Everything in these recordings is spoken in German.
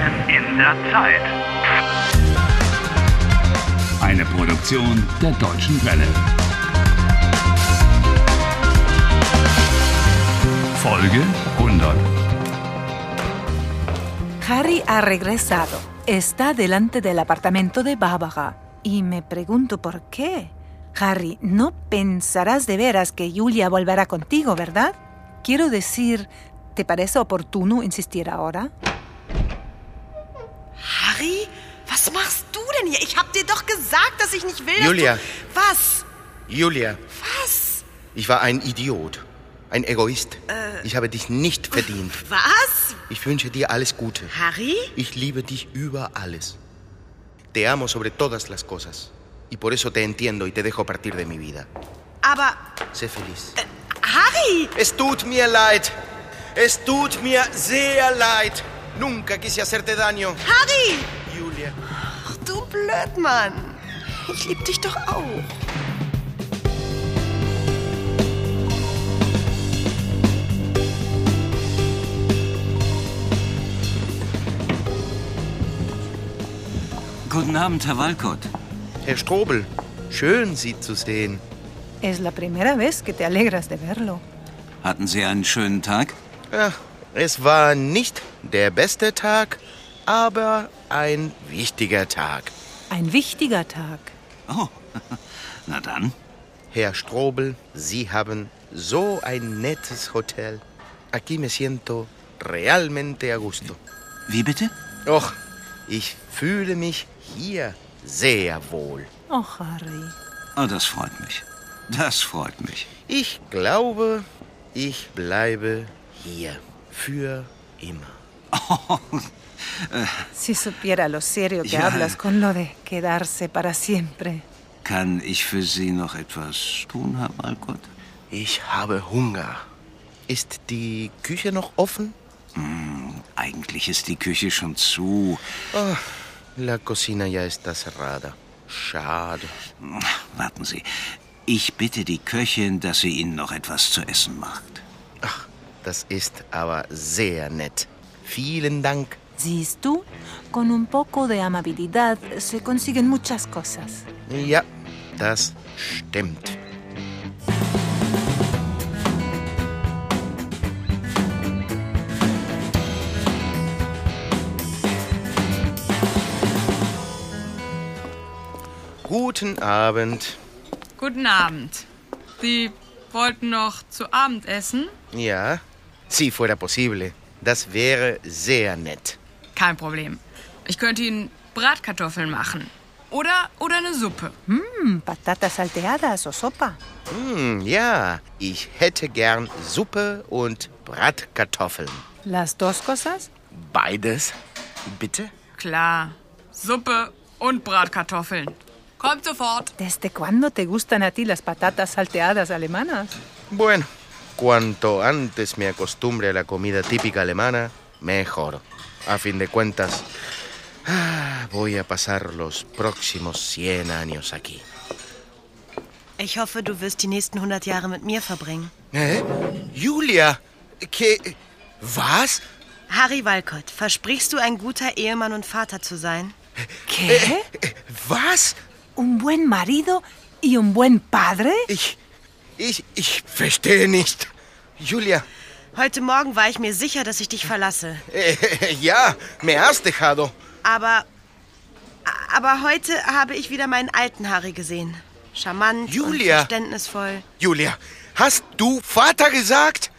der Zeit. Eine Produktion der Deutschen Welle. Folge 100. Harry ha regresado. Está delante del apartamento de Bárbara. Y me pregunto por qué. Harry, no pensarás de veras que Julia volverá contigo, ¿verdad? Quiero decir, ¿te parece oportuno insistir ahora? Harry, was machst du denn hier? Ich hab dir doch gesagt, dass ich nicht will. dass Julia. Du... Was? Julia, Was? ich war ein Idiot, ein Egoist. Ich habe dich nicht verdient. Was? Ich wünsche dir alles Gute. Harry? Ich liebe dich über alles. Te amo sobre todas las cosas. Y por eso te entiendo y te dejo partir de mi vida. Aber Sé feliz. Harry! Es tut mir leid. Es tut mir sehr leid. Nunca quise hacerte daño. Harry! Julia. Ach, du Blödmann. Ich lieb dich doch auch. Guten Abend, Herr Walcott. Herr Strobel, schön Sie zu sehen. Es la primera vez que te alegras de verlo. Hatten Sie einen schönen Tag? Ja, es war nicht der beste Tag, aber ein wichtiger Tag. Ein wichtiger Tag. Oh, na dann. Herr Strobel, Sie haben so ein nettes Hotel. Aquí me siento realmente a gusto. Wie bitte? Och, ich fühle mich hier sehr wohl. Oh, Harry. Oh, das freut mich. Das freut mich. Ich glaube, ich bleibe hier. Für immer. Si supiera lo serio que Ja. hablas con lo de quedarse para siempre. Kann ich für Sie noch etwas tun, Herr Walcott? Ich habe Hunger. Ist die Küche noch offen? Eigentlich ist die Küche schon zu. La cocina ya está cerrada. Schade. Warten Sie. Ich bitte die Köchin, dass sie Ihnen noch etwas zu essen macht. Ach, das ist aber sehr nett. Vielen Dank. ¿Siehst tú? Con un poco de amabilidad se consiguen muchas cosas. Ja, das stimmt. Guten Abend. Guten Abend. Sie wollten noch zu Abend essen? Ja, si fuera posible. Das wäre sehr nett. Kein Problem. Ich könnte Ihnen Bratkartoffeln machen. Oder, oder eine Suppe. Mm, patatas salteadas o sopa. Hm, ja, ich hätte gern Suppe und Bratkartoffeln. ¿Las dos cosas? Beides, bitte? Klar. Suppe und Bratkartoffeln. Kommt sofort. ¿Desde cuándo te gustan a ti las patatas salteadas alemanas? Bueno, cuanto antes me acostumbre a la comida típica alemana, mejor. A fin de cuentas, ah, voy a pasar los próximos 100 años aquí. Ich hoffe, du wirst die nächsten 100 Jahre mit mir verbringen. ¿Eh? Julia, ¿qué? ¿Vas? Harry Walcott, versprichst du, ein guter Ehemann und Vater zu sein? ¿Qué? ¿Vas? ¿Eh? ¿Un buen marido y un buen padre? Ich, ich, ich verstehe nicht. Julia, Heute Morgen war ich mir sicher, dass ich dich verlasse. eh, ya, me has dejado. Aber. Aber heute habe ich wieder meinen alten Harry gesehen. Charmant Julia. und verständnisvoll. Julia, ¿has tu Vater gesagt?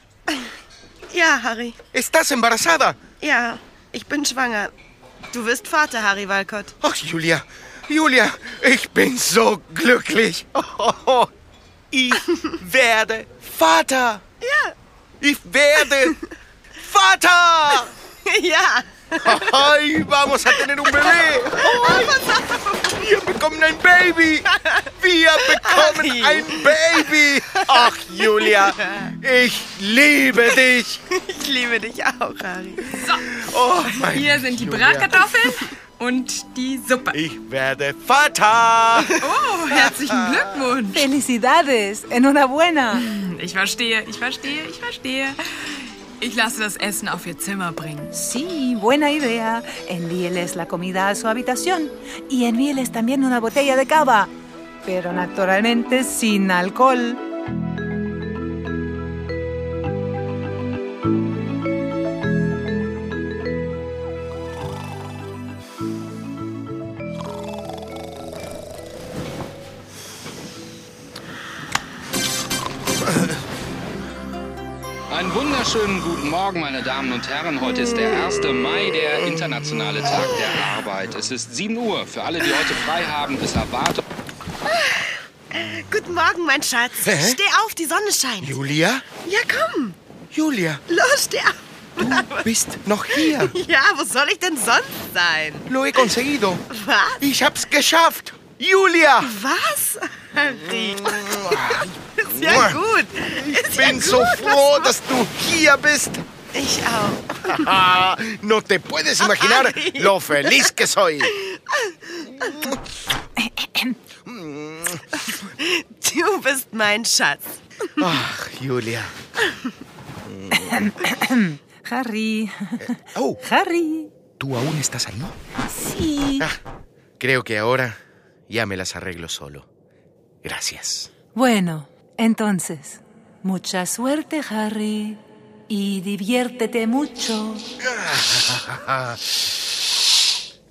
Ja, Harry. Estás embarazada. Ja, ich bin schwanger. Du wirst Vater, Harry Walcott. Ach, Oh, Julia, Julia, ich bin so glücklich. Oh, Ich werde Vater. Ja. Ich werde Vater. ja. Ay, vamos a tener un bebé. Ay, wir bekommen ein Baby. Wir bekommen ein Baby. Ach, Julia, ich liebe dich. Ich liebe dich auch, Harry. Oh, mein Hier sind die Bratkartoffeln und die Suppe. Ich werde Vater. Oh, herzlichen Glückwunsch. ¡Felicidades! ¡Enhorabuena! Ich verstehe, ich verstehe, ich verstehe. Ich lasse das Essen auf ihr Zimmer bringen. Sí, buena idea. Envíeles la comida a su habitación y envíeles también una botella de cava, pero naturalmente sin alcohol. Einen wunderschönen guten Morgen, meine Damen und Herren. Heute ist der 1. Mai, der internationale Tag der Arbeit. Es ist 7 Uhr. Für alle, die heute frei haben, ist erwartet. Guten Morgen, mein Schatz. Steh auf, die Sonne scheint. Julia? Ja, komm. Julia, Los, steh auf. du bist noch hier. Ja, wo soll ich denn sonst sein? Lo he conseguido. pues, Was? Ich hab's geschafft. Julia, Was? Harry. Ist ja gut. Ist ich ja bin gut. so froh, dass du hier bist. Ich auch. Ah, no te puedes imaginar Ay. lo feliz que soy. Eh, Du bist mein Schatz. Ach, Julia. Harry, Oh, Harry, ¿tú aún estás ahí? sí. Creo que ahora ya me las arreglo solo. Gracias. Bueno, entonces, mucha suerte, Harry, y diviértete mucho.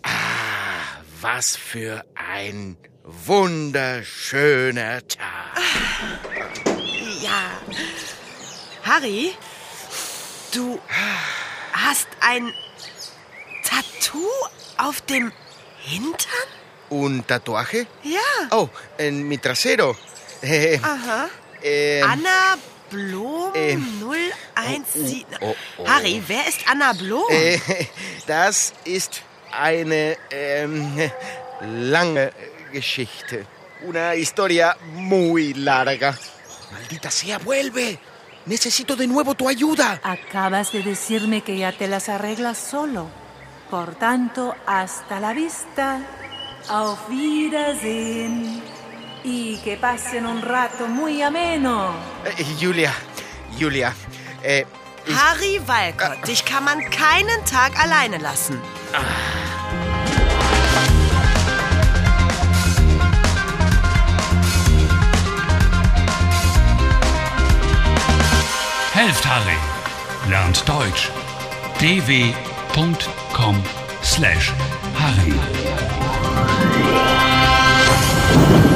Ah, was für ein wunderschöner Tag. Ja. Harry, du hast ein Tattoo auf dem Hintern? ¿Un tatuaje? Ja. Oh, en mi trasero. Eh, Aha. eh, Anna Blom Ähm. 017. Oh, oh, oh. Harry, wer ist Anna Blom? eh, das ist eine ähm, lange Geschichte. Una historia muy larga. Maldita sea, vuelve. Necesito de nuevo tu ayuda. Acabas de decirme que ya te las arreglas solo. Por tanto, hasta la vista. Auf Wiedersehen. Y que pasen un rato muy ameno. Eh, Julia, Julia. eh, ich- Ah. Harry Walcott, dich kann man keinen Tag alleine lassen. Helft Harry. Lernt Deutsch. dw.com/harry.